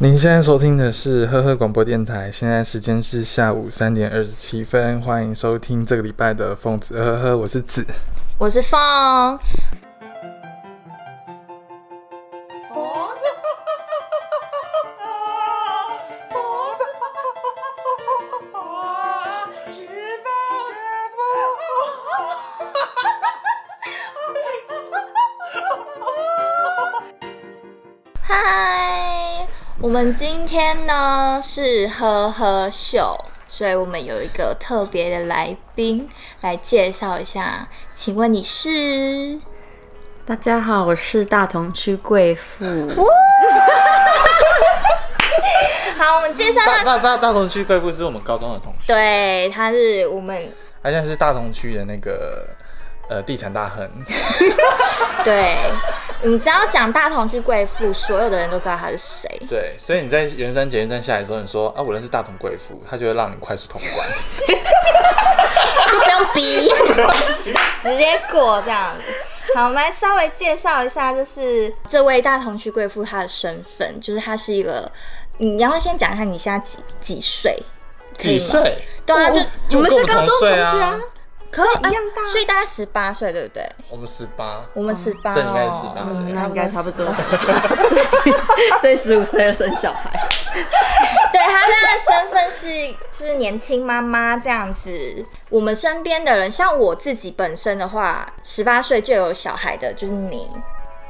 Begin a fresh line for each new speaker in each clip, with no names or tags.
您现在收听的是呵呵广播电台，现在时间是下午三点二十七分，欢迎收听这个礼拜的疯子呵呵，我是子。
我是凤，
佛子，佛子，吃饭。
嗨，我们今天呢是呵呵秀，所以我们有一个特别的来宾来介绍一下，请问你是？
大家好，我是大同区贵 妇。
好，我们介绍
大
他，
大大大同区贵妇是我们高中的同学，
对，他是我们
他现在是大同区的那个呃地产大 亨，
对，你只要讲大同区贵妇，所有的人都知道他是谁。
对，所以你在圆山捷运站下来的时候，你说啊我认识大同贵妇，他就会让你快速通关。
都不用逼， 直接过这样子。好，我们来稍微介绍一下，就是这位大同区贵妇她的身份，就是她是一个，嗯你要先讲一下你现在几几岁？
几岁？
对啊，就
就
我们
哦跟
是
我们
高
同
中
岁
同学
啊
啊，
可以
哦一样大啊
所以大概十八岁，对不对？
我们十八，
我们十八、哦，
这应该是18
嗯
对
那应该差不多。 所以 十五岁要生小孩，
对，她现在的身份是是年轻妈妈这样子。我们身边的人，像我自己本身的话，十八岁就有小孩的，就是你。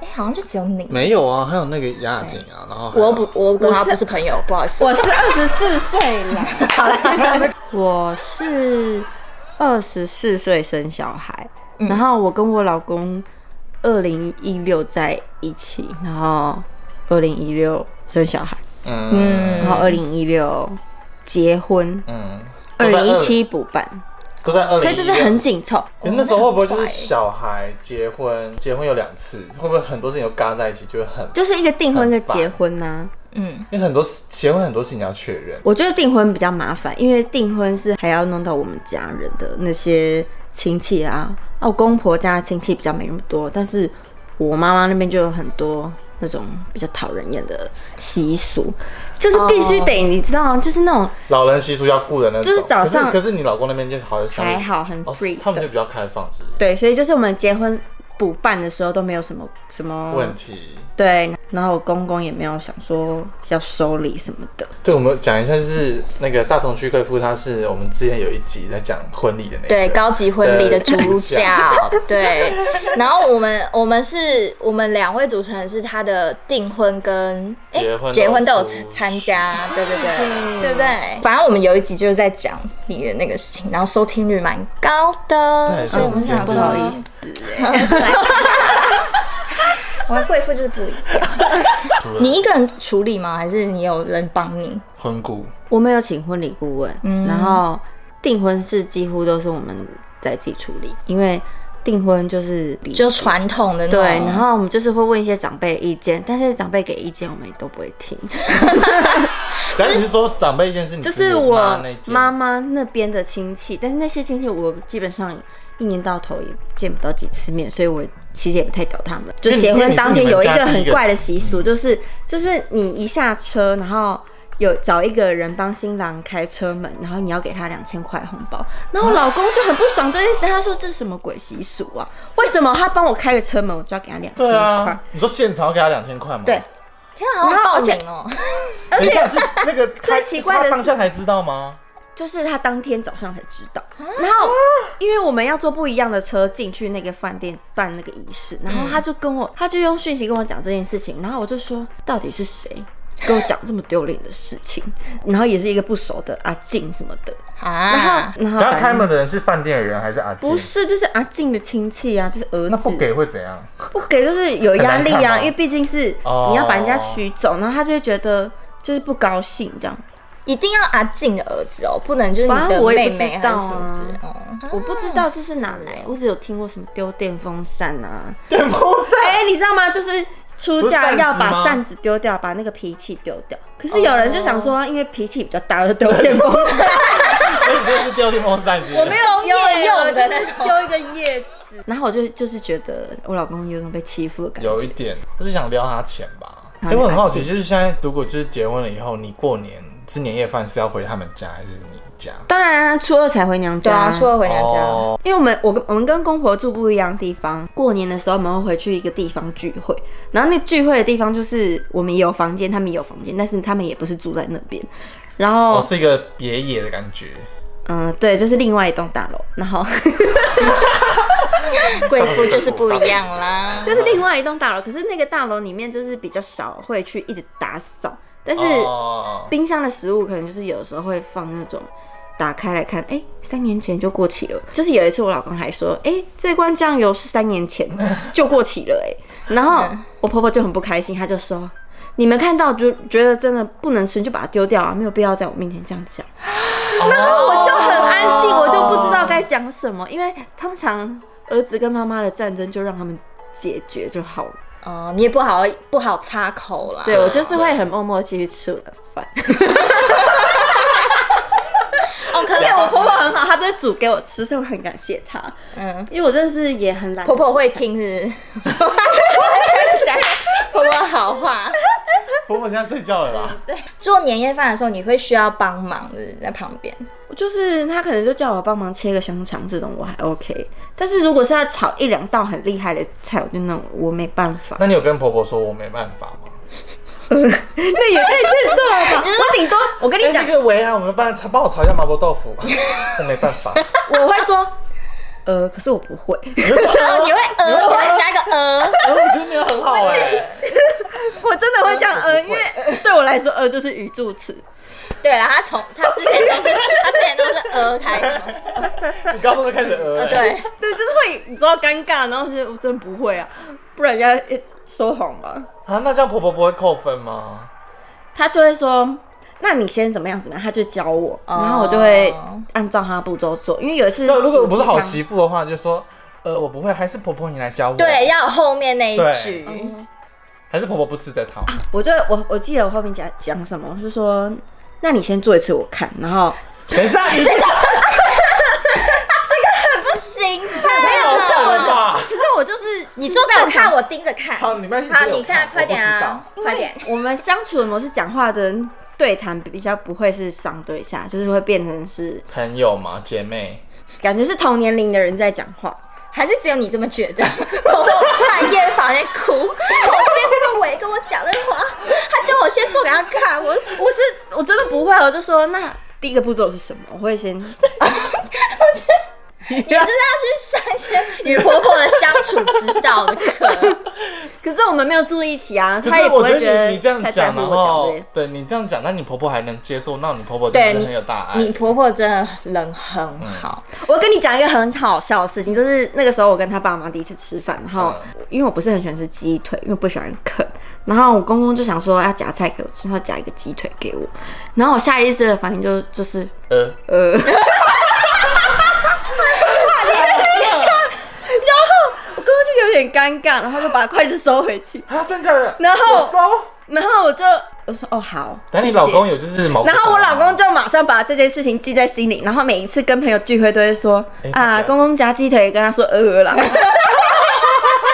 哎、好像就只有你，
没有啊，还有那个雅雅婷啊，然后还有
我不，我跟他
我是
不是朋友，不好意思。
我是二十四岁啦。 好了，我是二十四岁生小孩，
嗯
然后我跟我老公二零一六在一起，然后二零一六生小孩，
嗯
然后二零一六结婚，
嗯，
二
都在
零一七补办，
都在二零，
所以就是很紧凑。
可是嗯那时
哦
候会不会就是小孩结婚，结婚有两次，会不会很多事情都嘎在一起，就会很，
就是一个订婚跟结婚呐、啊
嗯，
因为很多事结婚很多事情要确认，
我觉得订婚比较麻烦，因为订婚是还要弄到我们家人的那些亲戚啊，啊，我公婆家的亲戚比较没那么多，但是我妈妈那边就有很多那种比较讨人厌的习俗，就是
哦
必须得你知道，就是那种
老人习俗要顾的那种。
就是早上
可是可是你老公那边就好像
还好很
哦
free
他们就
的，
比较开放之类
对，所以就是我们结婚补办的时候都没有什么什么
的问，题。
对，然后我公公也没有想说要收礼什么的，
对，我们讲一下，就是那个大同区贵妇，她是我们之前有一集在讲婚礼的那个，
对，高级婚礼的
对
主
主角
角，对。 然后我们我们是我们两位主持人是他的订婚跟诶
结婚
结婚都有
都有出
参加，对对对，对不对？反正我们有一集就是在讲你的那个事情，然后收听率蛮高的，
对
所以我们想
不
说，
好意
思， 我们贵妇就是不一样。
除了
你一个人处理吗？还是你有人帮你？
婚顾，
我们有请婚礼顾问，然后订婚是几乎都是我们在自己处理，因为订婚就是比
就传统的那种
对，然后我们就是会问一些长辈意见，但是长辈给意见我们也都不会听，
但你是说长辈一件事，你
就是
指
我
那件
妈妈那边的亲戚，但是那些亲戚我基本上一年到头也见不到几次面，所以我其实也不太屌他们。就结婚当天有一个很怪的习俗，就是就是你一下车，然后。有找一个人帮新郎开车门，然后你要给他两千块红包，然后我老公就很不爽这件事，他说这是什么鬼习俗啊？为什么他帮我开个车门，我就要给他两千
对
块
啊？，你说现场要给她两千块吗？
对，
天啊，好想
然后
报
而且
名哦！
等一下是那个
最奇怪的
她
是
当下才知道吗？
就是他当天早上才知道，然后因为我们要坐不一样的车进去那个饭店办那个仪式，然后他就跟我，他就用讯息跟我讲这件事情，然后我就说到底是谁跟我讲这么丢脸的事情，然后也是一个不熟的阿静什么的，然
啊
后，然后
等一下
反
开
正
门的人是饭店的人还是阿静
不是就是阿静的亲戚啊，就是儿子，
那不给会怎样？
不给就是有压力
很难看吗
啊，因为毕竟是
哦
你要把人家娶走，然后他就会觉得就是不高兴这样，
一定要阿静的儿子哦，不能就是你
反
的
正我
妹
也不知
妹还是
道啊
什么之类哦。
我不知道这是哪来，我只有听过什么丢电风扇啊，
电风扇。
哎、你知道吗？就是出
不
嫁
是扇子
要把
吗
扇子丢掉，把那个脾气丢掉。可是有人就想
哦
说，因为脾气比较大，就丢电 风扇，
所
哎
以你这是丢电风扇子。我没有。
工业用的那
就是
种。
丢一个叶子。然后我就就是觉得我老公有种被欺负的感觉。
有一点，就是想撩他钱吧。
哎
哎、我很好奇，就是现在如果就是结婚了以后，你过年吃年夜饭是要回他们家还是你家？
当然、啊，初二才回娘
对
家。
啊，初二回娘家，
哦
因为我们我跟我们跟公婆住不一样的地方，过年的时候我们会回去一个地方聚会，然后那聚会的地方就是我们也有房间，他们也有房间，但是他们也不是住在那边。然后
哦，，是一个别野的感觉。
嗯、对，就是另外一栋大楼，然后
贵妇就是不一样啦。
这是另外一栋大楼，可是那个大楼里面就是比较少会去一直打扫，但是
哦
冰箱的食物可能就是有时候会放那种。打开来看，哎、三年前就过期了。就是有一次，我老公还说，哎、这罐酱油是三年前就过期了、哎。然后我婆婆就很不开心，她就说：“你们看到就觉得真的不能吃，就把它丢掉啊，没有必要在我面前这样讲。”然
哦
后我就很安静，我就不知道该讲什么，因为通常儿子跟妈妈的战争就让他们解决就好了。
哦，你也不好不好插口啦。
对我就是会很默默地继续吃我的饭。
哦，可是
对我
我
婆婆很好，她都会煮给我吃，所以我很感谢她。
嗯，
因为我真的是也很懒。
婆婆会听是不是，讲 婆婆好话。
婆婆现在睡觉了啦。
做年夜饭的时候，你会需要帮忙的，在旁 边。
就是她可能就叫我帮忙切个香肠这种，我还 OK。但是如果是要炒一两道很厉害的菜，我就那种我没办法。
那你有跟婆婆说我没办法吗？
那也可以这做吧。我顶多我跟
哎、
你讲
那，个喂啊，我们帮帮我炒一下麻婆豆 腐，我没办法。
我会说，呃，可是我不会。
然后你会呃， 你会加一个呃，
哎我觉得你很好哎、
我真的会这样呃，因为对我来说呃就是语助词。
对了，他从他之前都是他之前都 是呃开头，
你高中就开始呃、欸，
对，
啊对，就是会你知道尴尬，然后觉得我真的不会啊，不然人家一呃说谎吧。
啊，那这样婆婆不会扣分吗？
他就会说：“那你先怎么样怎么样。”他就教我，然后我就会按照他的步骤做。因为有一次，
对，如果我不是好媳妇的话，就说呃我不会，还是婆婆你来教我。
对，，要有后面那一句，
还是婆婆不吃这套。
我就我我记得我后面讲讲什么，我就说：“那你先做一次我看。”然后
等一 下，你这个
不行吧，
太好笑了吧？
可是我就是
你做给我看，我盯着看。
好，你们
好，你现在快点啊
啊！，
快点。
我们相处的模式、讲话的对谈比较不会是上对下，就是会变成是
朋友嘛，姐妹，
感觉是同年龄的人在讲话。
还是只有你这么觉得？ 婆婆半夜房间哭，我接那个伟跟我讲的话，他叫我先做给他看，我
我是我真的不会，我就说那第一个步骤是什么？我会先
你是要去上一些与婆婆的相处之道的 课，
可是我们没有住一起啊，
可
他也
是
不
我
会
觉
觉
得
得
你你这样
太在
讲，
乎
然
我讲
后
这些。
对你这样讲，那你婆婆还能接受，那你婆婆
对
真的
你
很有大爱。
你婆婆真的人很好，
嗯
我跟你讲一个很好笑的事情，就是那个时候我跟他爸妈第一次吃饭，然后
嗯
因为我不是很喜欢吃鸡腿，因为我不喜欢啃，然后我公公就想说要啊夹菜给我吃，他夹一个鸡腿给我，然后我下意识的反应就就是
呃，
呃， 然后我公公就有点尴尬，然后就把筷子收回去，
啊，真的假的？
然后
我收。
然后我就我说哦好，
但你
谢谢
老公有就是毛骨悚然
然
吗，
后我老公就马上把这件事情记在心里，然后每一次跟朋友聚会都会说、
哎
啊，
对
公公夹鸡腿，跟他说呃呃啦。我就真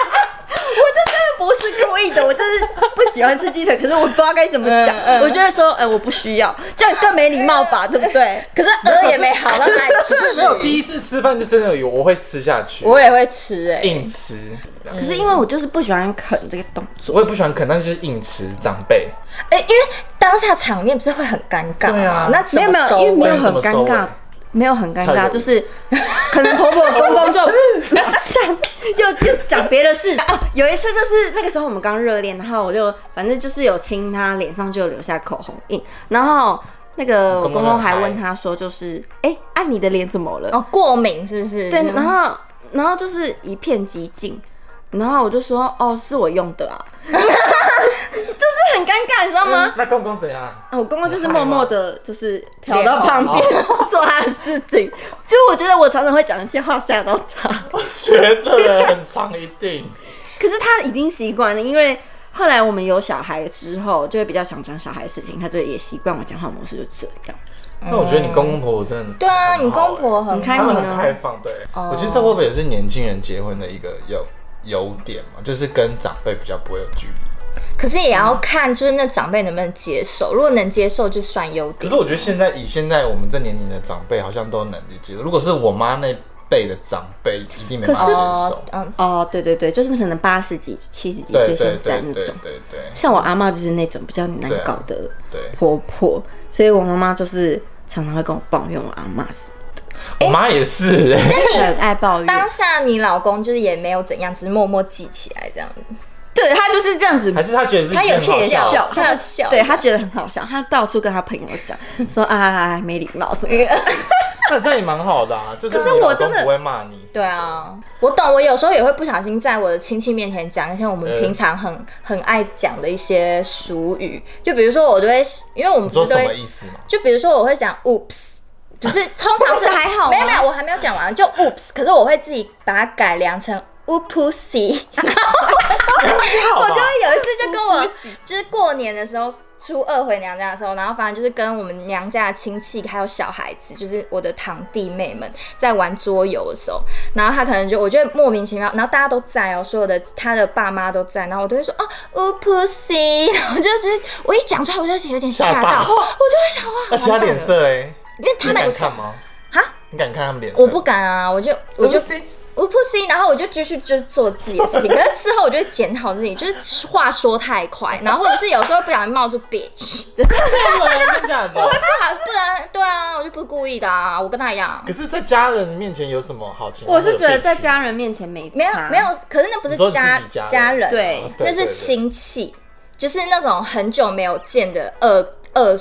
的不是故意的，我真是不喜欢吃鸡腿，可是我不知道该怎么讲，
嗯嗯
我就会说，呃，我不需要，这样更没礼貌吧，对不对？
可是鹅也没好到哪里
没有第
去。
一次吃饭就真的有，我会吃下去，
我也会吃哎、
硬吃。这样
可是因为我就是不喜欢啃这个动作，
我也不喜欢啃，但是就是硬吃。长辈，
哎、因为当下场面不是会很尴尬吗？
对啊
那怎
没有
么
没有，
收
因为没有
尾？
很
怎
尴
么收
尬
尾，
没有很尴
太有
尬，就是可能婆婆公公就马上又又讲别的事啊。有一次就是那个时候我们刚热恋，然后我就反正就是有亲她脸上就留下口红印，然后那个我公公还问她说，就是哎，按、啊、你的脸怎么了？
哦，嗯过敏是不是？
对，然后然后就是一片寂静，然后我就说哦，是我用的啊， 就是很尴尬，你知道吗？
那公公怎样？
啊我公公就是默默
啊
的，就是瞟到旁边
哦
做他的事情。就我觉得我常常会讲一些话吓到他，
我觉得很长一定。
可是他已经习惯了，因为后来我们有小孩之后，就会比较常讲小孩的事情，他就也习惯我讲话模式就这样。
那我觉得你公公婆婆真的
对啊，
很
你
好欸
公婆很
你看
他们很
明啊
开放。对，
哦
我觉得这会不会也是年轻人结婚的一个优优点嘛？就是跟长辈比较不会有距离。
可是也要看就是那长辈能不能接受，如果能接受就算优
可
点
是。我觉得现在以现在我们这年龄的长辈，好像都能理解。如果是我妈那辈的长辈，一定没办法
可
接
是
受。
嗯，
哦，对对对，就是可能八十几、七十几
对
岁
对
现
对
在那
对
种。
对对
像我阿妈就是那种比较难
对啊
搞的
对，
婆婆，所以我妈妈就是常常会跟我抱怨我阿妈什么，
我妈也是、 欸，
很爱抱怨。
当下你老公就是也没有怎样，只是默默记起来这样子。
对她就是这样子
还是她觉得是一
他有
件好
窃
事
笑，
笑
他有笑，
对他觉得很好笑，他到处跟他朋友讲 说啊没礼貌什么的。
那这样也蛮好的啊。就是
可是
你老
我
公
真的
不会骂你，
对，啊，我懂。我有时候也会不小心在我的亲戚面前讲一些我们
嗯
平常很、很爱讲的一些俗语，就比如说我都会，因为我们
你
不
说
是
什
都
么
会，
意思嘛？
就比如说我会讲 oops，只 是通常是
oops 还好吗
没有没有，我还没有讲完，就 oops，可是我会自己把它改良成 oopsie。
我
我就会啊有一次就跟 我就是过年的时候。初二回娘家的时候，然后反正就是跟我们娘家的亲戚还有小孩子，就是我的堂弟妹们在玩桌游的时候，然后他可能就我觉得莫名其妙，然后大家都在哦，所有的他的爸妈都在，然后我都会说哦乌普西，然后就觉得我一讲出来我就有点吓
吓
到，
到
我就会想哇，
那其他
完蛋
脸
了，
色嘞？
因为他
你敢
们
看吗？
哈，
你敢看他们脸色？
我不敢啊，我就我就我不行，然后我就继续就做自己的事情。可是事后我就会检讨自己，就是话说太快，然后或者是有时候不小心冒出 bitch，
真的假的？
不然不然对啊，我就不是故意的啊，我跟他一样
可，是，在家人面前有什么好情？
我是觉得在家人面前没
没有
差
没有，，可是那不是
你说
家
自己家
家人，
对
啊
那是。亲戚，就是那种很久没有见的二二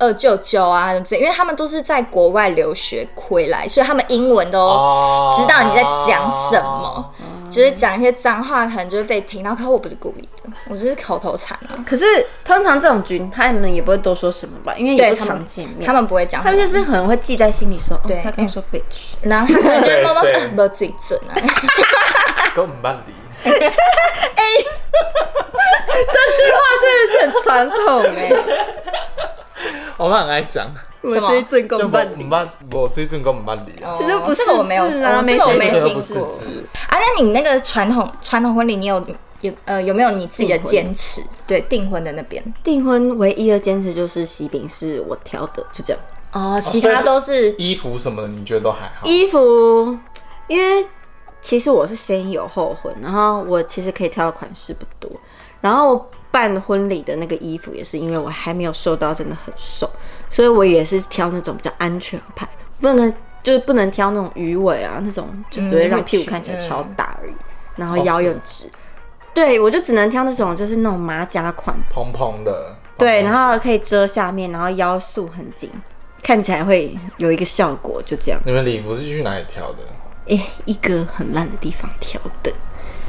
二舅舅啊什么之类，因为他们都是在国外留学回来，所以他们英文都。
哦
知道你在讲什么。就是讲一些脏话，可能就会被听到。可是我不是故意的，我就是口头禅啊。
可是通常这种局他们也不会多说什么吧，因为也
对
不
他
常
们
见，面。
他们不会讲。
他们就是很会记在心里说，哦
对，
他跟我说 bitch，
然后他可能就会默默
对
说
对
啊：“没嘴准啊。
跟我们班 离。
这句啊话真的是很传统哎。
我妈很爱讲，
什么
我这一阵
就
公
我
办
们
理，
班，我最近跟我们班离啊。
哦”
其实不是
这个我没有，
字啊
哦
没
这个我
学
没
这
过
个不
听
是
过。
字
啊，那你那个传统传统婚礼，你有有呃有没有你自己的坚持？对，订婚的那边
订婚唯一的坚持就是喜饼是我挑的，就这样。
哦，其他都是
衣服什么的，你觉得都还好？
衣服，因为其实我是先有后婚，然后我其实可以挑的款式不多，然后我办婚礼的那个衣服也是因为我还没有瘦到真的很瘦，所以我也是挑那种比较安全派，不能就是不能挑那种鱼尾啊那种，就只会让屁股看起来超大而已，然后腰又直。对，我就只能挑那种就是那种马甲款，
蓬蓬的。
对，
蓬蓬
然
的
后可以遮下面，然后腰束很紧，看起来会有一个效果，就这样。
你们礼服是去哪里挑的？
哎、一个很烂的地方挑的，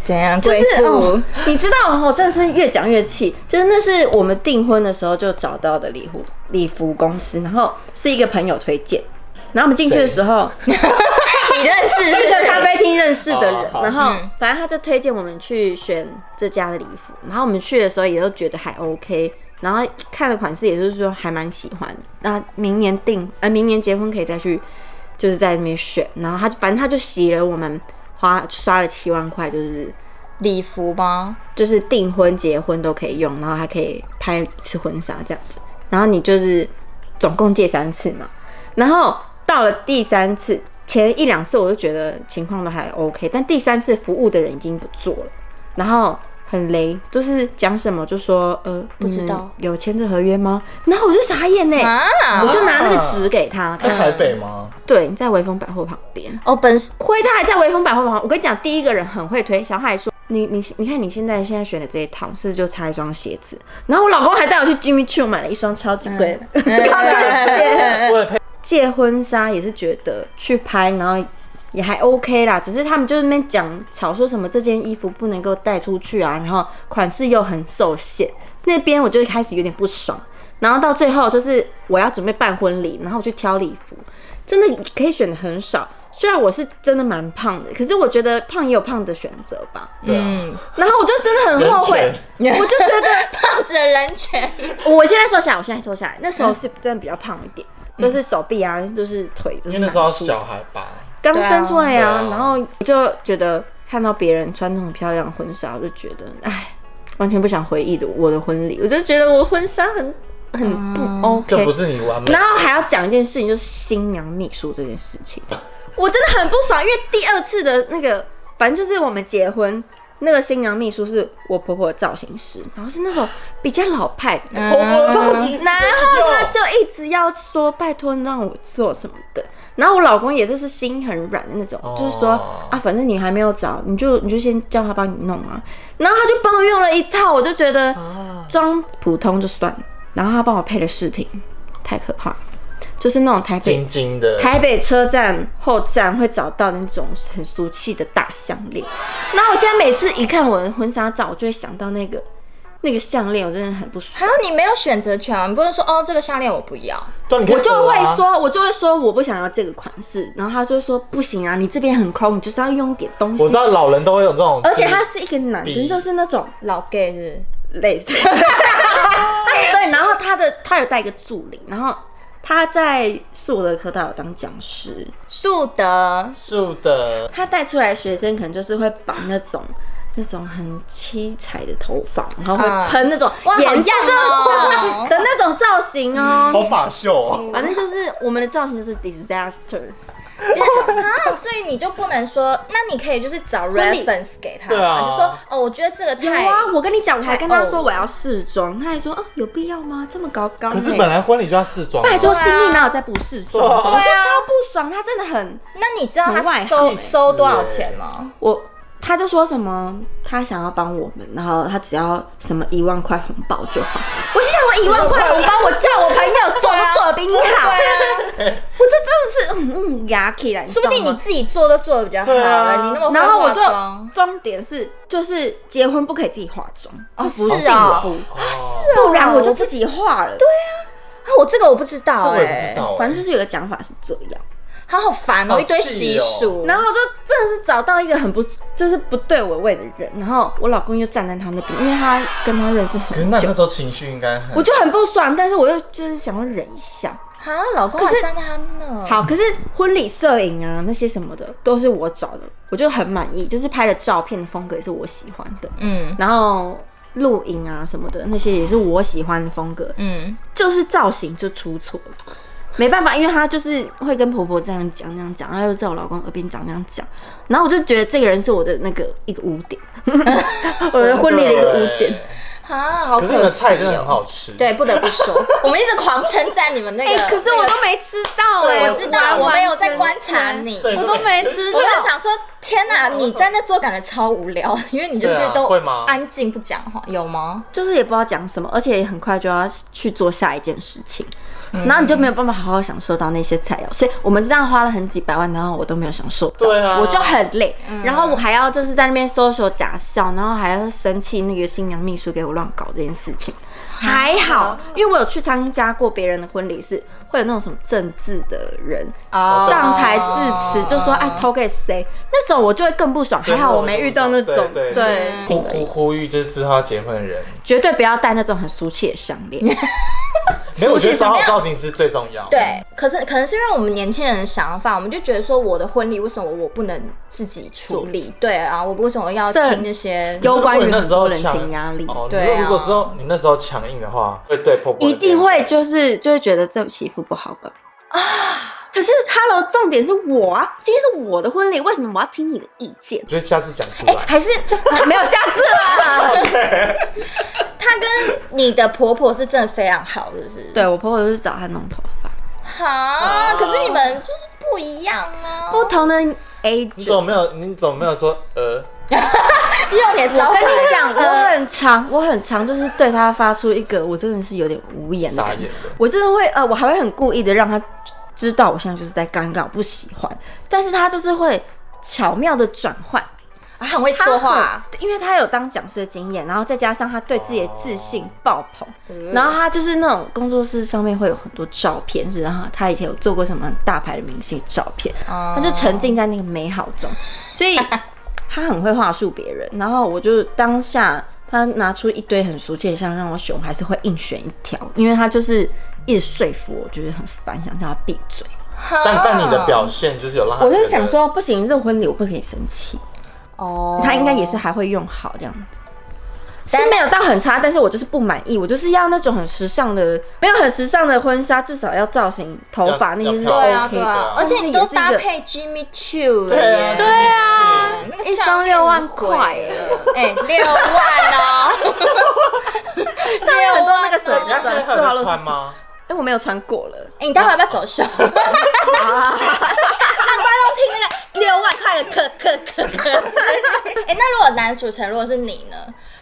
怎样
就
贵
是
妇
哦，你知道，我真的是越讲越气。就是那是我们订婚的时候就找到的礼服礼服公司，然后是一个朋友推荐。然后我们进去的时候，
你认识 是不
一个
是？
咖啡厅认识的人
哦，好
然后
嗯
反正他就推荐我们去选这家的礼服，然后我们去的时候也都觉得还 OK，然后看了款式也就是说还蛮喜欢的。那明年订，呃，明年结婚可以再去，就是在那边选。然后他反正他就洗了我们花刷了七万块，就是
礼服吗？
就是订婚、结婚都可以用，然后还可以拍一次婚纱这样子。然后你就是总共借三次嘛，然后到了第三次，前一两次我就觉得情况都还 OK，但第三次服务的人已经不做了，然后很雷，就是讲什么就说呃
不知道
你们有签这合约吗？然后我就傻眼呢、
啊，
我就拿那个纸给他
在
看，
台北吗？
对，在微风百货旁边。
哦，本
亏他还在威风百货旁。我跟你讲，第一个人很会推销，他还说你你你看你现在现在选的这一套是不是就差一双鞋子，然后我老公还带我去 Jimmy Choo 买了一双超级贵的。
为了配
借婚纱也是觉得去拍，然后也还 OK 啦，只是他们就在那边讲吵说什么这件衣服不能够带出去啊，然后款式又很受限，那边我就开始有点不爽，然后到最后就是我要准备办婚礼，然后我去挑礼服，真的可以选的很少。虽然我是真的蛮胖的，可是我觉得胖也有胖的选择 吧。
对啊，
然后我就真的很后悔
人，
我就觉得
胖子的人权。
我现在瘦下来，我现在瘦下来，那时候是真的比较胖一点，就是手臂啊，就是腿，就
嗯因
是
为那时候
蛮粗的
小孩 吧，
刚生出来
对啊
啊，然后我就觉得看到别人穿那种漂亮的婚纱，我就觉得，哎，完全不想回忆的我的婚礼，我就觉得我婚纱很
嗯
很不 OK。
这不是你完美
然。后还要讲一件事情，就是新娘秘书这件事情，我真的很不爽，因为第二次的那个，反正就是我们结婚。那个新娘秘书是我婆婆的造型师，然后是那种比较老派的，
嗯
婆婆造型师
然后他就一直要说拜托让我做什么的，然后我老公也就是心很软的那种，
哦
就是说啊，反正你还没有找，你就你就先叫他帮你弄啊。然后他就帮我用了一套，我就觉得
啊
装普通就算了，然后他帮我配了饰品，太可怕了，就是那种台北
晶晶的，
台北车站后站会找到那种很俗气的大项链。那我现在每次一看我的婚纱照，我就会想到那个那个项链，我真的很不爽
还。有你没有选择权啊，你不能说哦这个项链我不要，
对，你可以
我就
躲啊
会，说，我就会说我不想要这个款式，然后他就说不行啊，你这边很空，你就是要用一点东西。
我知道老人都会有这种，
而且他是一个男
比
的，就是那种
老 gay 是不是
类似， 对，然后他的他有带一个助理，然后他在树德科大有当讲师，
树德啊
树的，
他带出来的学生可能就是会绑那种。那种很七彩的头发，然后
嗯
会喷那种
哇好
颜色
样哦
的那种造型哦，
好法秀哦，
反正就是我们的造型就是 disaster。
啊，所以你就不能说，那你可以就是找
婚礼
reference 给他，
对啊
就说哦，我觉得这个
有
太
啊，我跟你讲，我还跟
太
他
old 了
说我要试妆，他还说啊，有必要吗？这么高高呢？
可是本来婚礼就要试妆啊，
拜托
对啊
新密哪有在不试妆的？
对啊
我就超不爽，他真的很
那你知道
门
他
外
收
气死
收多少
欸
钱吗？
我。他就说什么，他想要帮我们，然后他只要什么一万块红包就好。我心想，我一万块红包，我叫我朋友做
对啊
都做的比你好，
对啊，
我就真的是嗯嗯牙起来，
说不定
知道
你
吗
自己做都做的比较好
对啊
了，你那么会
然后我
化
就啊
妆，
重点是，就是结婚不可以自己化妆，
哦
不
是
幸
哦
福，
是
不然我就自己化了。对
啊，我这个我不知道
我也不知
哎，
道欸，
反正就是有个讲法是这样。
他好烦哦，
好
一堆
气
习
哦
俗，
然后就真的是找到一个很不就是不对我味的人，然后我老公又站在他那边，因为他跟他认识
可是
很
那你那
久，
时候情绪应该很，
我就很不爽，但是我又就是想要忍一下。
啊，老公还站在他那，
好，可是婚礼摄影啊那些什么的都是我找的，我就很满意，就是拍的照片的风格也是我喜欢的，
嗯
然后录影啊什么的那些也是我喜欢的风格，
嗯，
就是造型就出错了。没办法，因为她就是会跟婆婆这样讲那样讲，她又在我老公耳边讲那样讲，然后我就觉得这个人是我的那个一个污 点，我的婚礼的一个污点。
啊，好
可是你的
惜
菜真的很
哦。
好吃，
对，，不得不说，我们一直狂称赞你们那
哎、
个。
可是
那
我
个
都没吃到哎、
我知道，
完
我
完
们有在
全
观察
全。
你。
对
我都没吃
我在
到，
想说，天哪，你在那做感觉超无聊， 因为你就是
对啊
都
会吗
安静不讲话，有吗？
就是也不知道讲什么，而且也很快就要去做下一件事情，然后你就没有办法好好享受到那些菜肴，所以我们这样花了很几百万，然后我都没有享受到，
对啊
我就很累，然后我还要就是在那边搜索假笑，然后还要生气那个新娘秘书给我乱搞这件事情。还好，因为我有去参加过别人的婚礼，是会有那种什么政治的人
哦
上台致辞，就说哎投给谁，那种我就会更不爽。还
对
好我没遇到那种，
对对
对，
呼呼呼吁就是知道要结婚的人，
绝对不要戴那种很俗气的项链。
没有，我觉得找好造型师最重要，，
对，可是可能是因为我们年轻人的想法，我们就觉得说，我的婚礼为什么我不能自己处理？对啊，我为什么要
这
听那些？
有
如果你那时候
有关于很多人
强
情压力
哦，
对啊
如果时候你那时候强硬的话，会对婆婆
一
那边
定会就是就会觉得这媳妇不好管啊。可是，Hello，重点是我啊，今天是我的婚礼，为什么我要听你的意见
我？觉得下次讲出
哎、
来，
还是
没有下次了。
她跟你的婆婆是真的非常好，是不是？
对我婆婆就是找她弄头发，
哈，可是你们就是不一样 啊！
不同的
你
age。
怎么没有？你怎么没有说呃？
用你的招
我
牌
跟你讲，啊我很常，我很常就是对她发出一个我真的是有点无言的感
傻
觉
眼 的，
我真的会呃，我还会很故意的让她知道我现在就是在尴尬，我不喜欢，但是她就是会巧妙的转换，
啊 很会说话，
对因为他有当讲师的经验，然后再加上他对自己的自信爆棚，然后他就是那种工作室上面会有很多照片，是然后他以前有做过什么大牌的明星照片，
哦
他就沉浸在那个美好中，所以 他很会话术别人。然后我就当下他拿出一堆很俗气的像让我选，我还是会硬选一条，因为他就是一直说服我，就是很烦，想叫他闭嘴。
哈
但但你的表现就是有让她
我就
觉
是
得
想说，不行，这个婚礼我不可以生气，
哦
他应该也是还会用好这样子。
但
是没有到很差，但是我就是不满意，我就是要那种很时尚的，没有很时尚的婚纱，至少要造型、头
要
发那些是
要漂
对
亮
啊
OK
对
的。
啊，而且你都搭配 Jimmy Choo 了
对啊，
耶，
对啊，
那个
一
项
双
链
哎六万
很
块
贵了，哎，六万哦，
上面有很多那个什
对
你
么
要现在
转
还
丝
有
滑
在
落
穿
是？
吗？
哎，我没有穿过了，
哎，你待会要不要走秀？ 让观众听那个六万块的可可可可 哎，那如果男主持人如果是你呢？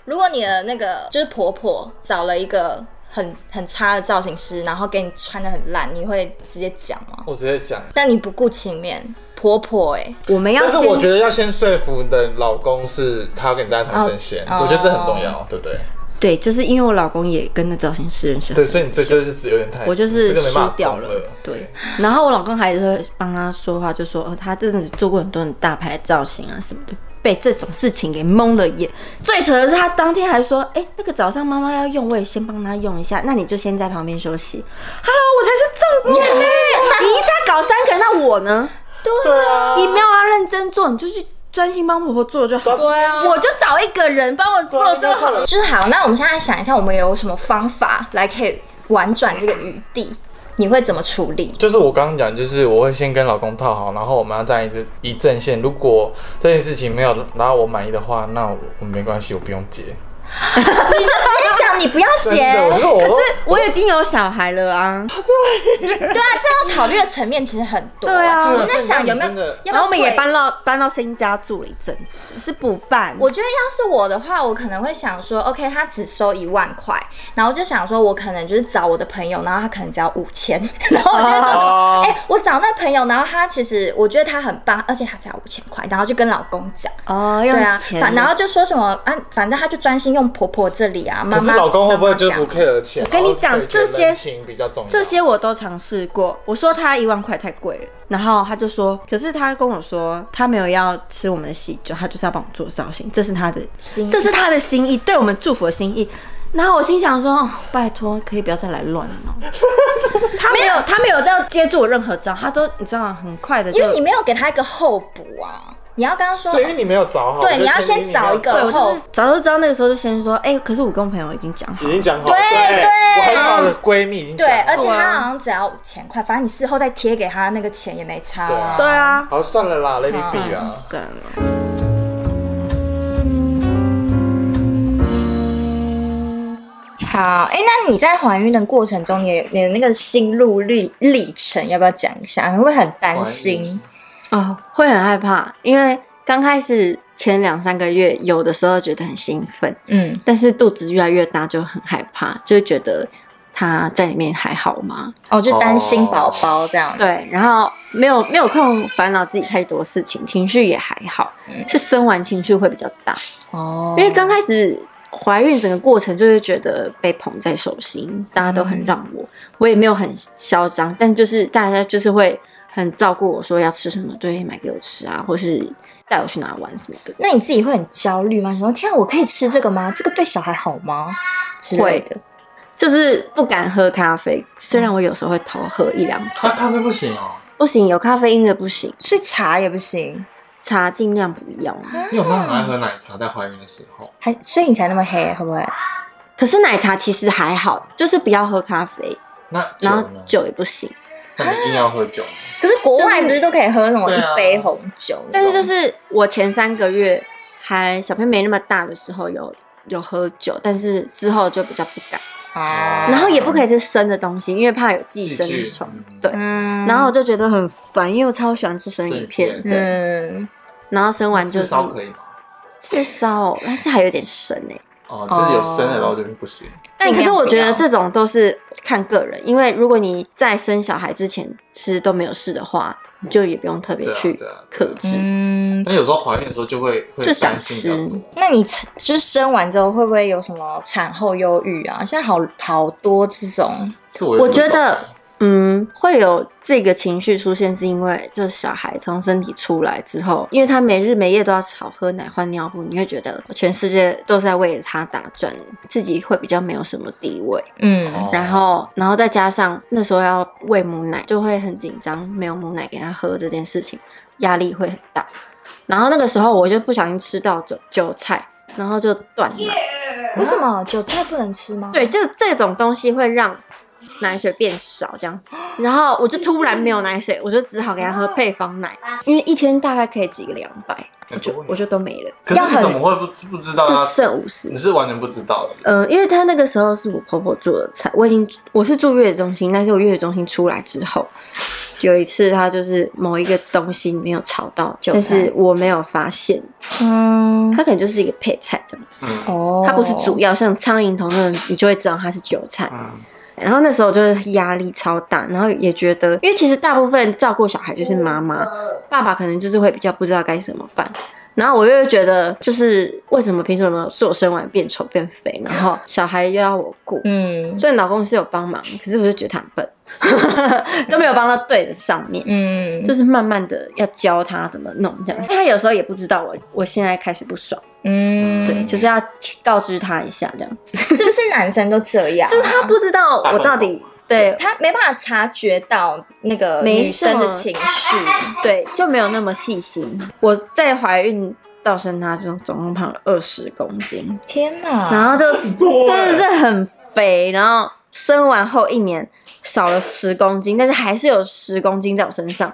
如果你的那个就是婆婆找了一个很很差的造型师，然后给你穿的很烂，你会直接讲吗？
我直接讲，
但你不顾情面，婆婆哎、
我们要
但是
先
我觉得要先说服你的老公是他要跟你站在同一阵线，
哦
我觉得这很重要，对不对？
对，就是因为我老公也跟那造型师认识很
对，所以你这就是只有点太，
我就
你
是
哎这个没
输
办法
掉
懂
了
了，，
对。然后我老公还是会帮他说话，就说哦，他真的是做过很多很大牌的造型啊什么的，被这种事情给蒙了眼。最扯的是，他当天还说，哎、那个早上妈妈要用，我也先帮她用一下，那你就先在旁边休息。Hello，我才是重 点呢、你一下搞三个，那我呢？
对啊，
你没有要认真做，你就去专心帮婆婆做就好。
对啊
啊
我就找一个人帮我做就好。
了。
就是好，那我们现在想一下，我们有什么方法来可以婉转这个余地？你会怎么处 理？
就是我刚刚讲，就是我会先跟老公套好，然后我们要站一个一阵线。如果这件事情没有拿我满意的话，那我我没关系，我不用结。
你就直接讲，你不要结，
真
对
的，我
啊，
是我
可是我已经有小孩了啊，
啊这要考虑的层面其实很多、
对啊
我在想有没有
真的，
要不要
然后我们也
退
搬到搬到新家住了一阵子，是补办。
我觉得要是我的话，我可能会想说，OK，他只收一万块，然后就想说，我可能就是找我的朋友，然后他可能只要五千， 然后我就说，哎、
啊
哦
我找那朋友，然后他其实我觉得他很棒，而且他才五千块，然后就跟老公讲，
哦，
对
用
啊，
钱，
反然后就说什么啊，反正他就专心用婆婆这里啊，妈
可
妈。
是老公会不会就
妈
是
妈
不 care 钱？
我跟你讲
然后对
这些
人情比较重要。
这些我都尝试过。我说他一万块太贵了，然后他就说，可是他跟我说他没有要吃我们的喜酒，他就是要帮我做造型，这是他的
心意，
这是他的心意，对我们祝福的心意。然后我心想说，哦拜托，可以不要再来乱了 吗。他没有，他没有在接住我任何招，他都你知道吗，很快的就
因为你没有给他一个后补啊，你要跟他说，哦
对，因为你没有找好，
对
我觉得
你要先
前提没有
找一个
对
找
我就是早就知道那个时候就先说，哎、可是我跟我朋友已经讲好
已经讲好，
对对
我很好的闺蜜已经
对
讲好，
而且
对
他
啊
好像只要五千块，反正你事后再贴给他那个钱也没差、
对啊，
对啊
好算了啦，Lady
好嗯
B 啊，
算了。
好，哎、那你在怀孕的过程中，你的你的那个心路历历程，要不要讲一下？你会很担心，
哦，会很害怕，因为刚开始前两三个月，有的时候觉得很兴奋，
嗯，
但是肚子越来越大就很害怕，就会觉得他在里面还好吗？
哦，就担心宝宝这样子，
对，然后没有没有空烦恼自己太多事情，情绪也还好，是生完情绪会比较大，
哦，
因为刚开始。怀孕整个过程就是觉得被捧在手心，大家都很让我，我也没有很嚣张，但就是大家就是会很照顾我说要吃什么，对，买给我吃啊，或是带我去哪玩什么的。
那你自己会很焦虑吗？你说天啊，我可以吃这个吗？这个对小孩好吗？之类的，
就是不敢喝咖啡，虽然我有时候会偷喝一两口
他，咖啡不行哦，
不行，有咖啡因的不行，
所以茶也不行，
茶尽量不要。
因为我妈很爱喝奶茶，在怀孕的时候，
还所以你才那么黑，啊会不会？
可是奶茶其实还好，就是不要喝咖啡，
那酒
然后
呢？
酒也不行。
那你硬要喝酒吗，
可是国外
就是
不是都可以喝什么
对啊
一杯红酒那种？
但是就是我前三个月还小朋友没那么大的时候有有喝酒，但是之后就比较不敢，
啊，
然后也不可以吃生的东西，因为怕有寄生
嗯细菌
虫
嗯。
对，
嗯，
然后我就觉得很烦，因为我超喜欢吃生鱼片
生鱼
的。
片
嗯，
然后生完就
至
是
少可以吗？
至少但是还有点生哎、
哦，就是有生的，然后就不行。
但可
尽
是
量
我
不
觉得
要
哦
这种都是看个人，因为如果你在生小孩之前吃都没有事的话，你就也不用特别
对啊
去
对啊
克制。
嗯，
那有时候怀孕的时候就会会
就想
担心比较多。
那你产就是生完之后会不会有什么产后忧郁啊？现在好好多这种，
这我也
我
不
觉
懂
得嗯，会有这个情绪出现，是因为就是小孩从身体出来之后，因为他每日每夜都要吵喝奶、换尿布，你会觉得全世界都是在为了他打转，自己会比较没有什么地位。
哦
嗯，
然后，然后再加上那时候要喂母奶，就会很紧张，没有母奶给他喝这件事情，压力会很大。然后那个时候我就不小心吃到韭韭菜，然后就断奶，
为什么韭菜不能吃吗？，
对，这这种东西会让奶水变少这样子。然后我就突然没有奶水，我就只好给他喝配方奶，
啊
因为一天大概可以挤个两百，
哎
我就我就都没了，
可是你怎么会不不知道
就
他？
剩五十
你。啊是完全不知道的。
嗯、因为他那个时候是我婆婆做的菜，我已经我是住月子中心，但是我月子中心出来之后，有一次他就是某一个东西没有炒到，
韭
但
菜
是我没有发现，
嗯，
它可能就是一个配菜这样子，
嗯
哦
它不是主要，像苍蝇头那种，你就会知道它是韭菜。
嗯，
然后那时候就是压力超大，然后也觉得，因为其实大部分照顾小孩就是妈妈，爸爸可能就是会比较不知道该怎么办。然后我又觉得，就是为什么凭什么是我生完变丑变肥，然后小孩又要我顾？
嗯
虽然老公是有帮忙，可是我就觉得他很笨， 都没有帮到对的上面。
嗯，
就是慢慢的要教他怎么弄这样，因为他有时候也不知道我我现在开始不爽，
嗯，
对，就是要告知他一下这样，
是不是男生都这样啊？
就是他不知道
大笨
我到底对
他没办法察觉到那个
没
女生的
错
情绪，
对，就没有那么细心。我在怀孕到生他中，总共胖了二十公斤，
天哪！
然后就
多欸
真的是很肥，然后生完后一年少了十公斤，但是还是有十公斤在我身上。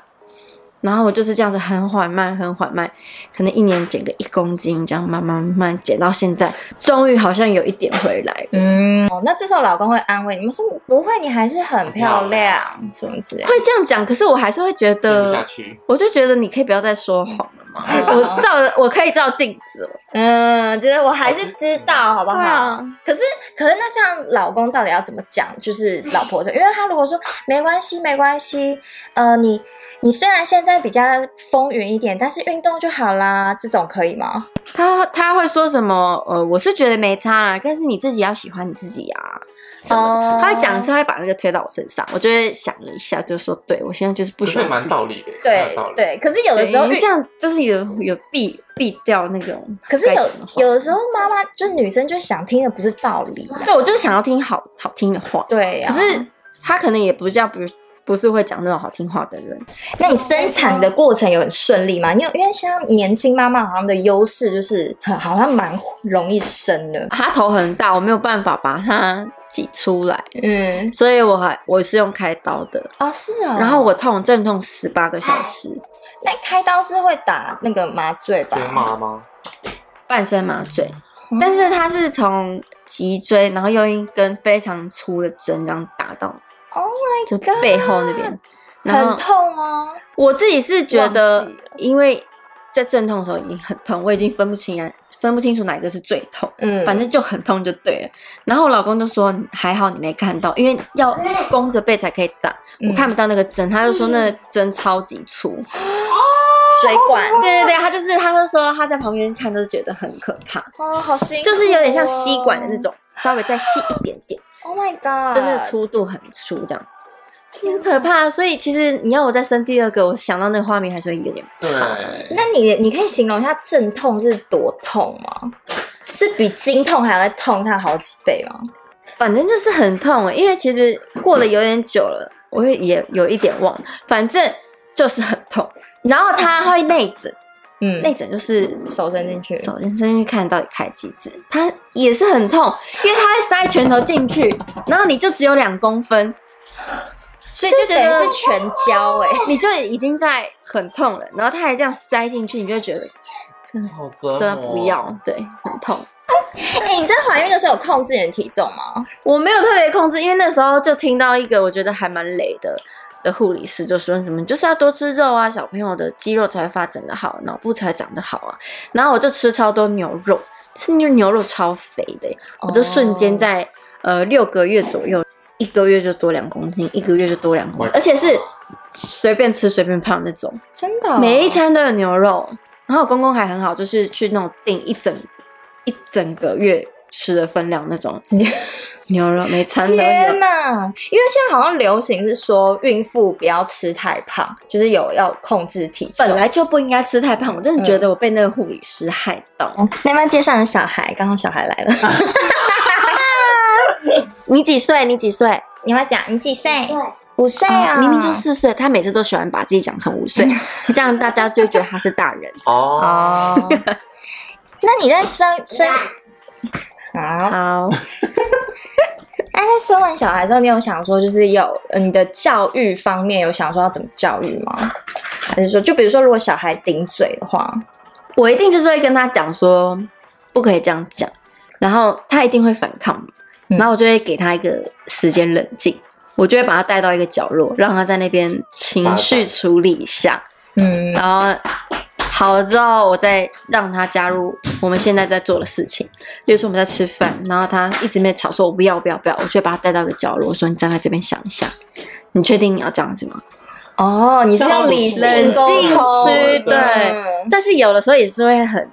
然后我就是这样子很缓慢，很缓慢，可能一年减个一公斤，这样慢慢慢慢减到现在，终于好像有一点回来。
嗯，哦，那这时候老公会安慰你们说不会，你还是很漂亮，什么之类的
会。这样讲，可是我还是会觉
听不下
得，
去。
我就觉得你可以不要再说谎了 嘛。
哦
我照，我可以照镜子了，
嗯，就是我还是知道，好不好？
对啊
可是，可是那这样，老公到底要怎么讲？就是老婆说，因为他如果说没关系，没关系，呃，你你虽然现在比较风云一点，但是运动就好啦，这种可以吗？
他他会说什么？呃，我是觉得没差啊，但是你自己要喜欢你自己啊。什么的
哦
他会讲，他会把那个推到我身上，我就会想了一下，就说，对我现在就是不
可
喜
是
欢
蛮
自己
道。理的，蛮
对
有道理。
对。可是有
有
的时候运
这样就是有有避避掉那种
可是
该
有
讲的话，
有的时候妈妈就女生就想听的不是道理啊、
对我就是想要听好好听的话，
对啊呀、
可是他可能也不叫不不是会讲那种好听话的人，
那你生产的过程有很顺利吗？你有因为像年轻妈妈好像的优势就是很好像蛮容易生的，
他头很大，我没有办法把它挤出来，
嗯，
所以我还我是用开刀的，
哦是哦。
然后我痛阵痛十八个小时，
那开刀是会打那个麻醉吧？
天妈妈，
半身麻醉
嗯，
但是它是从脊椎，然后用一根非常粗的针这样打到
Oh
就背后那边，然
很
后
痛哦吗？
我自己是觉
忘
得
记了，
因为在阵痛的时候已经很痛，我已经分不清来分不清楚哪个是最痛，
嗯，
反正就很痛就对了。然后我老公就说还好你没看到，因为要弓着背才可以打，
嗯
我看不到那个针，他就说那个针超级粗。
水管
对对对，他就是他就说他在旁边看都觉得很可怕，
哦，好辛苦、
就是有点像吸管
哦
的那。种，稍微再细一点点，
Oh my god！
就是粗度很粗这样。很可怕，所以其实你要我再生第二个，我想到那个画面还是会有点
对，
那你你可以形容一下阵痛是多痛吗？是比经痛还要再痛上好几倍吗？
反正就是很痛、欸，因为其实过了有点久了，我会也有一点忘，反正就是很痛。然后它会内诊，
嗯，
内诊就是
手伸进去，
首先伸进去看到底开几指，它也是很痛，因为它会塞拳头进去，然后你就只有两公分，
所以就
就
等
觉得
于是全交哎、
你就已经在很痛了，然后它还这样塞进去，你就觉得
好折磨
真的哦不。要，对，很痛。
哎、你在怀孕的时候有控制你的体重吗？
我没有特别控制，因为那时候就听到一个我觉得还蛮雷的的护理师就说什么，你就是要多吃肉啊，小朋友的肌肉才会发展的好，脑部才会长得好啊。然后我就吃超多牛肉，是因为牛肉超肥的耶，我就瞬间在呃六个月左右，一个月就多两公斤，一个月就多两公
My
斤，
God
而且是随便吃随便胖那种，
真的哦、
每一餐都有牛肉。然后我公公还很好，就是去那种订一整一整个月吃的分量那 种牛肉，每餐都
天
有。
哪！因为现在好像流行是说孕妇不要吃太胖，就是有要控制体重。
本来就不应该吃太胖，我真的觉得我被那个护理师害到。
那要不要介绍你小孩？刚好小孩来了，
你几岁？你几岁？ 哦
你要不要讲你几岁？五岁啊、
明明就四岁，他每次都喜欢把自己讲成五 岁，这样大家就会觉得他 是大人。
哦，
哦。那你在生生好，
好，
那在生完小孩之后，你有想说就是有呃你的教育方面有想说要怎么教育吗？还是说，就比如说，如果小孩顶嘴的话，
我一定就是会跟他讲说不可以这样讲，然后他一定会反抗嘛，
嗯
然后我就会给他一个时间冷静，我就会把他带到一个角落，让他在那边情绪处理一下，
嗯
然后好了之后，我再让他加入我们现在在做的事情。例如说我们在吃饭，然后他一直没吵说“我不要不要不要”，我就把他带到一个角落，说：“你站在这边想一下，你确定你要这样子吗
哦，你是用理性沟
冷静
通，
区对
嗯？”
但是有的时候也是会很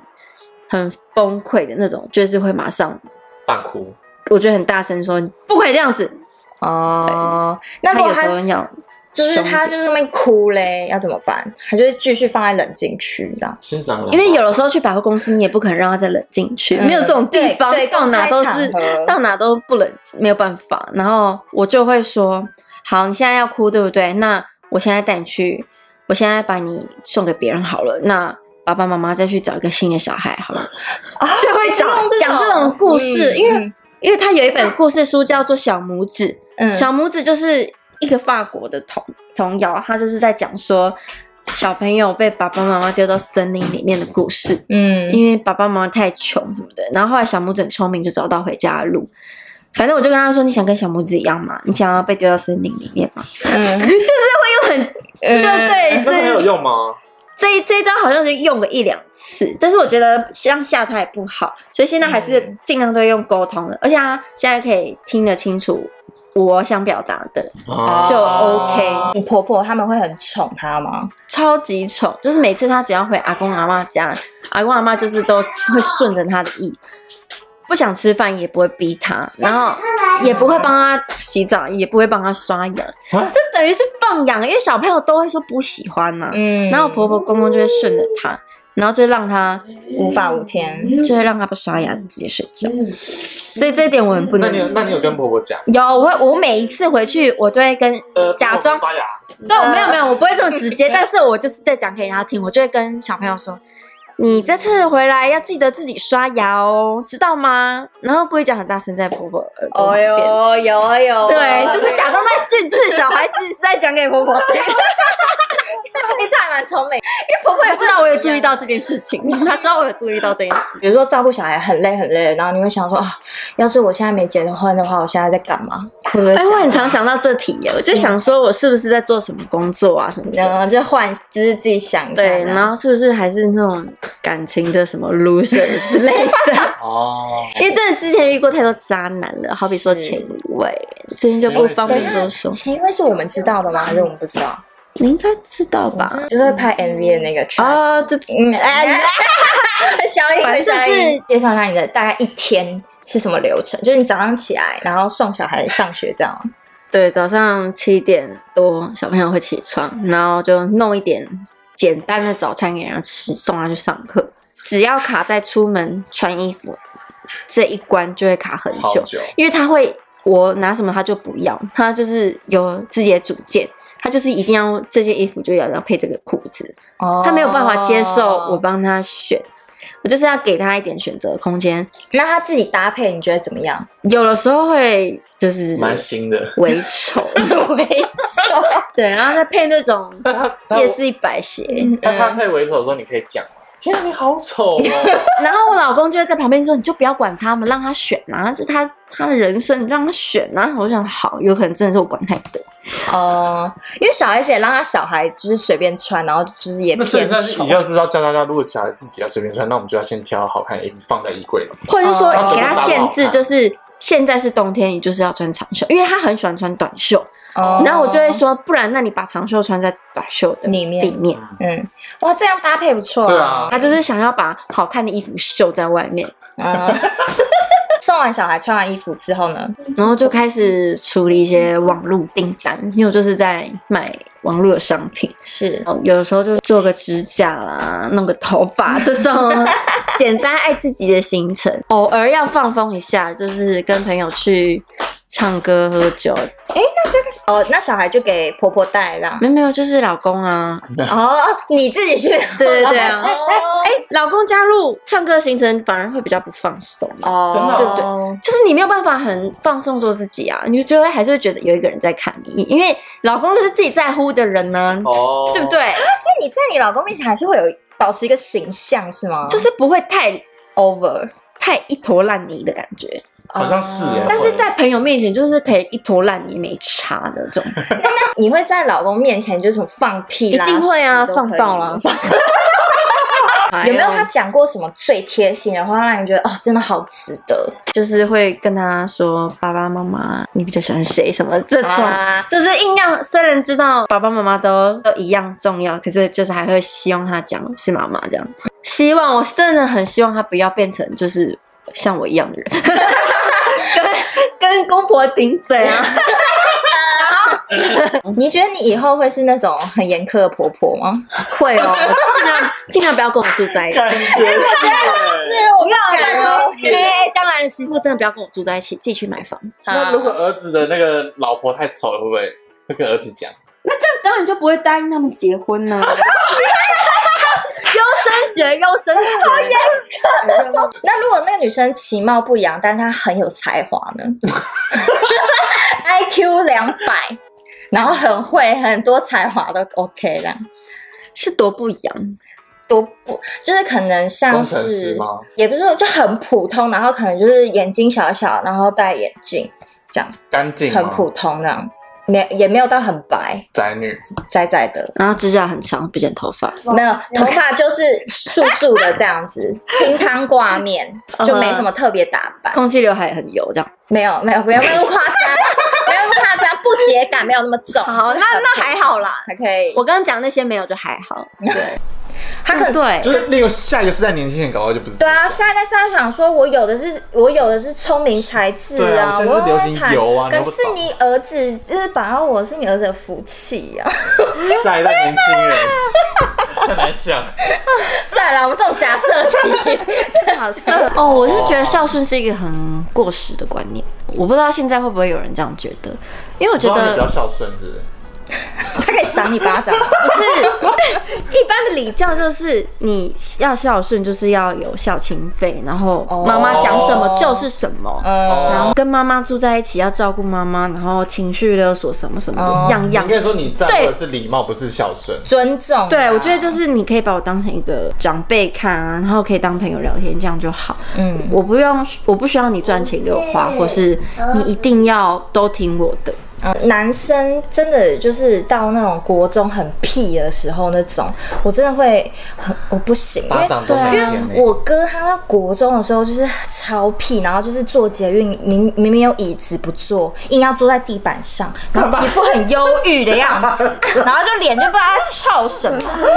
很崩溃的那种，就是会马上
大哭，
我觉得很大声说：“你不可以这样子。
哦，”那如
他
果
有时候
他
要
就是他
凶一
就是在那边哭嘞，要怎么办？他就是继续放在冷静区这样。
欣赏了，
因为有的时候去百货公司，你也不可能让他再冷静去，
嗯
没有这种地方
对，对
到哪都是
公开场合
到哪都不冷，没有办法。然后我就会说，好，你现在要哭，对不对？那我现在带你去，我现在把你送给别人好了。那爸爸妈妈再去找一个新的小孩好了，就会找
啊用这种
讲这种故事，
嗯
因
嗯
为因为他有一本故事书叫做《小拇指》，
嗯
小拇指就是一个法国的童童谣，他就是在讲说小朋友被爸爸妈妈丢到森林里面的故事，
嗯
因为爸爸妈妈太穷什么的。然后后来小拇指很聪明，就找到回家的路。反正我就跟他说：“你想跟小拇指一样吗？你想要被丢到森林里面吗
嗯，？”
又很
哎
对对
但是很有
对，
用吗？
这一这一招好像就用个一两次，但是我觉得这样吓他也不好，所以现在还是
嗯
尽量都用沟通的，而且他现在可以听得清楚我想表达的，
哦
啊，
哦就 OK
你婆婆他们会很宠她吗？
超级丑，就是每次他只要回阿公阿妈家，阿公阿妈就是都会顺着他的意，不想吃饭也不会逼他，然后也不会帮他洗澡，也不会帮他刷牙，
啊
这等于是放养，因为小朋友都会说不喜欢呐、
嗯，
然后婆婆公公就会顺着他，然后就让他
无法无天，
就会让他不刷牙直接睡觉，所以这一点我们不
那
能
你。有那你有跟婆婆讲？
有我会，我每一次回去，我都会跟
呃，
假
婆婆
装
刷牙，
对，我没有没有，我不会这么直 接，但是我就是在讲给人家听，我就会跟小朋友说，你这次回来要记得自己刷牙哦，知道吗？然后故意讲很大声在婆婆耳朵
哦
旁边。
呦，有啊有啊，
对，就是假装在训斥小孩，其实是在讲给婆婆 听。
你这还蛮聪明。
婆婆也知道我有注意到这件事情，她知道我有注意到这件事。
比如说照顾小孩很累很累，然后你会想说啊，要是我现在没结婚的话，我现在在干嘛？会不会
哎，
想？
我很常想到这题耶，我就想说我是不是在做什么工作啊什么的。
嗯，就换，就是自己想一啊下
对，
这样
然后是不是还是那种感情的什么 loser 之类的？
哦，
因为真的之前遇过太多渣男了，好比说前位，这边就不方便多说。
前位是我们知道的吗？还是我们不知道？
你应该知道吧？
就是会拍 MV 的那个 trash
啊，这
嗯，哎， 小英，
反正
小
就是
英，介绍一下你的大概一天是什么流程？就是你早上起来，然后送小孩上学这样吗。
对，早上七点多小朋友会起床，然后就弄一点简单的早餐给他吃，送他去上课。只要卡在出门穿衣服这一关，就会卡很
超
久，
久，
因为他会我拿什么他就不要，他就是有自己的主见。他就是一定要这件衣服就要，然后配这个裤子，
哦
他没有办法接受我。帮他选，我就是要给他一点选择空间。
那他自己搭配，你觉得怎么 样？
有的时候会就是
蛮新的。
微丑，
微笑。
对，然后再配那种
那他他
夜市一百鞋，
那他配猥琐的时候，你可以讲吗？天啊，你好丑 哦！
然后我老公就会在旁边说：“你就不要管他们，让他选啊，这是他他的人生，你让他选啊。”我想好，有可能真的是我管太多，
哦，因为小孩子也让他小孩就是随便穿，然后就是也
那所以
偏
上
丑
以。后是不是要教大家，如果小孩自己要随便穿，那我们就要先挑好看的衣服放在衣柜里。
或者是说
哦
给他限
他手
制，
不
就是现在是冬天，你就是要穿长袖，因为他很喜欢穿短袖。
哦
然后我就会说：“不然，那你把长袖穿在短袖的
里面
里面。”
嗯，哇，这样搭配不错、
对啊
他就是想要把好看的衣服秀在外面，啊
嗯， 送完小孩穿完衣服之后呢？
然后就开始处理一些网络订单，因为我就是在买网络的商品，
是
然后有的时候就做个指甲啦，弄个头发这种简单爱自己的行程，偶尔要放风一下，就是跟朋友去唱歌、喝酒，
哦，那小孩就给婆婆带啦。
没有没有，就是老公啊，
嗯
哦，你自己去。
对对对啊
哦
哎、老公加入唱歌行程反而会比较不放松哦，
哦，
啊
真的
对对就是你没有办法很放松做自己啊，你就会还是会觉得有一个人在看你，因为老公就是自己在乎的人呢，
哦，
对不？对？
但是你在你老公面前还是会有保持一个形象是吗？
就是不会太 over。太一坨烂泥的感觉，
好像是耶。
哦但是在朋友面前就是可以一坨烂泥没差的这种，
你会在老公面前就是什么放屁
一
啦，
定会啊，
拉屎都
放
可以
爆啊，放
有没有他讲过什么最贴心，然后让你觉得哦，真的好值得
就是会跟他说爸爸妈妈，你比较喜欢谁什么这种，
啊？
就是硬要虽然知道爸爸妈妈都都一样重要，可是就是还会希望他讲是妈妈这样，希望我真的很希望他不要变成就是像我一样的人，跟跟公婆顶嘴啊，
你觉得你以后会是那种很严苛的婆婆吗？
会哦，尽量尽量不哎要跟我住在一起。
感觉是耶。
我不敢哦。
哎、哎当然，媳妇真的不要跟我住在一起，自己去买房，
那如果儿子的那个老婆太丑了，会不会会跟儿子讲？
当然就不会答应他们结婚呢、优生学，优生学，
那如果那个女生其貌不扬，但是她很有才华呢 ？IQ 两百，然后很会，很多才华都 OK 这样。
是多不一样。
多不就是可能像
嗯
工程师
是
吗，
也不是说就很普通，然后可能就是眼睛小小，然后戴眼镜这样，
干净吗
很普通那样，没也没有到很白，
宅女，
窄窄的，
然后指甲很长，不剪头发，
没有头发就是素素的这样子，清汤挂面，就没什么特别打扮。
空气刘海很油，这样。
没有没有，不要那么夸张，不要那么夸张，不洁感没有那么重。
好，
就
那
是很
那还好啦。
还可以。
我刚刚讲那些没有就还 好，嗯
他可能
对
就是那个下一个是在年轻人搞到就不是。
对啊，，下一代是在想说，我有的是我有的是聪明才智
对啊
啊，
现在
我
是流行
会弹
油啊你
可
又不
是
懂
你儿子就是把我是你儿子的福气啊。
下一代年轻 人很难想。
算了，我们这种假设 题，
好哦，我是觉得孝顺是一个很过时的观念，我不知道现在会不会有人这样觉得，因为我
我知
觉
道你比较
得
孝顺，是不是？
他可以赏你巴掌。
不是一般的礼教，就是你要孝顺，就是要有孝亲费，然后妈妈讲什
哦
么就是什么。
嗯，
然后跟妈妈住在一起要照顾妈妈，然后情绪勒索什么什么
哦
的，样
你应
样。
该说你站
对
的是礼貌，不是孝顺。
尊重啊。
对，我觉得就是你可以把我当成一个长辈看啊，然后可以当朋友聊天，这样就好。
嗯，
我不用，我不需要你赚钱给我花，或是你一定要都听我的。
嗯男生真的就是到那种国中很屁的时候那种，我真的会很我不行，因
巴
为
掌都
啊
没脸欸
我哥他到国中的时候就是超屁，然后就是坐捷运，明明明有椅子不坐，硬要坐在地板上，然后一副很忧郁的样 子，然后就脸就不知道在臭什么。啊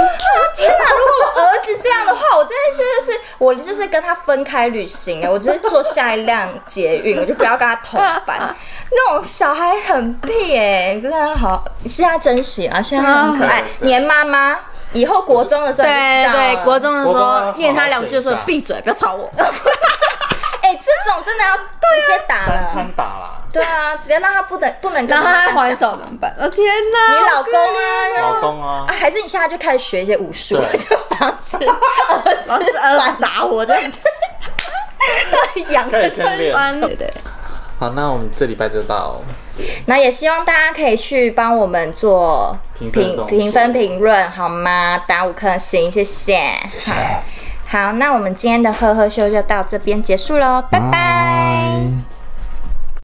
天哪！如果我儿子这样的话，我真的真的是我就是跟他分开旅行哎，我只是坐下一辆捷运，我就不要跟他同 班。那种小孩很屁哎，真的好，现在珍惜啊，现在很可爱
啊，对
黏妈妈。以后国中的时候你就知
对
道了
对，国中的时
国中要好
候
好
念他两句
学一
说
下
闭嘴，不要 吵我。
哎、这种真的要直接打
三
了
餐。打啦，
对啊，直接让他不能不能跟
然后
他
他
讲
还手怎么 办？哦天哪！
你老公啊，
哦
然后
老公啊
啊，，还是你现在就开始学一些武术，
对
就防止儿
老
子
师呃 儿子打我这样子。
养
可以先练。
对对，
好，那我们这礼拜就到。
那也希望大家可以去帮我们做
评分动
评
作
评分评论，好吗？打五颗星，谢谢。谢谢。好，那我们今天的赫赫秀就到这边结束喽，拜拜。
拜。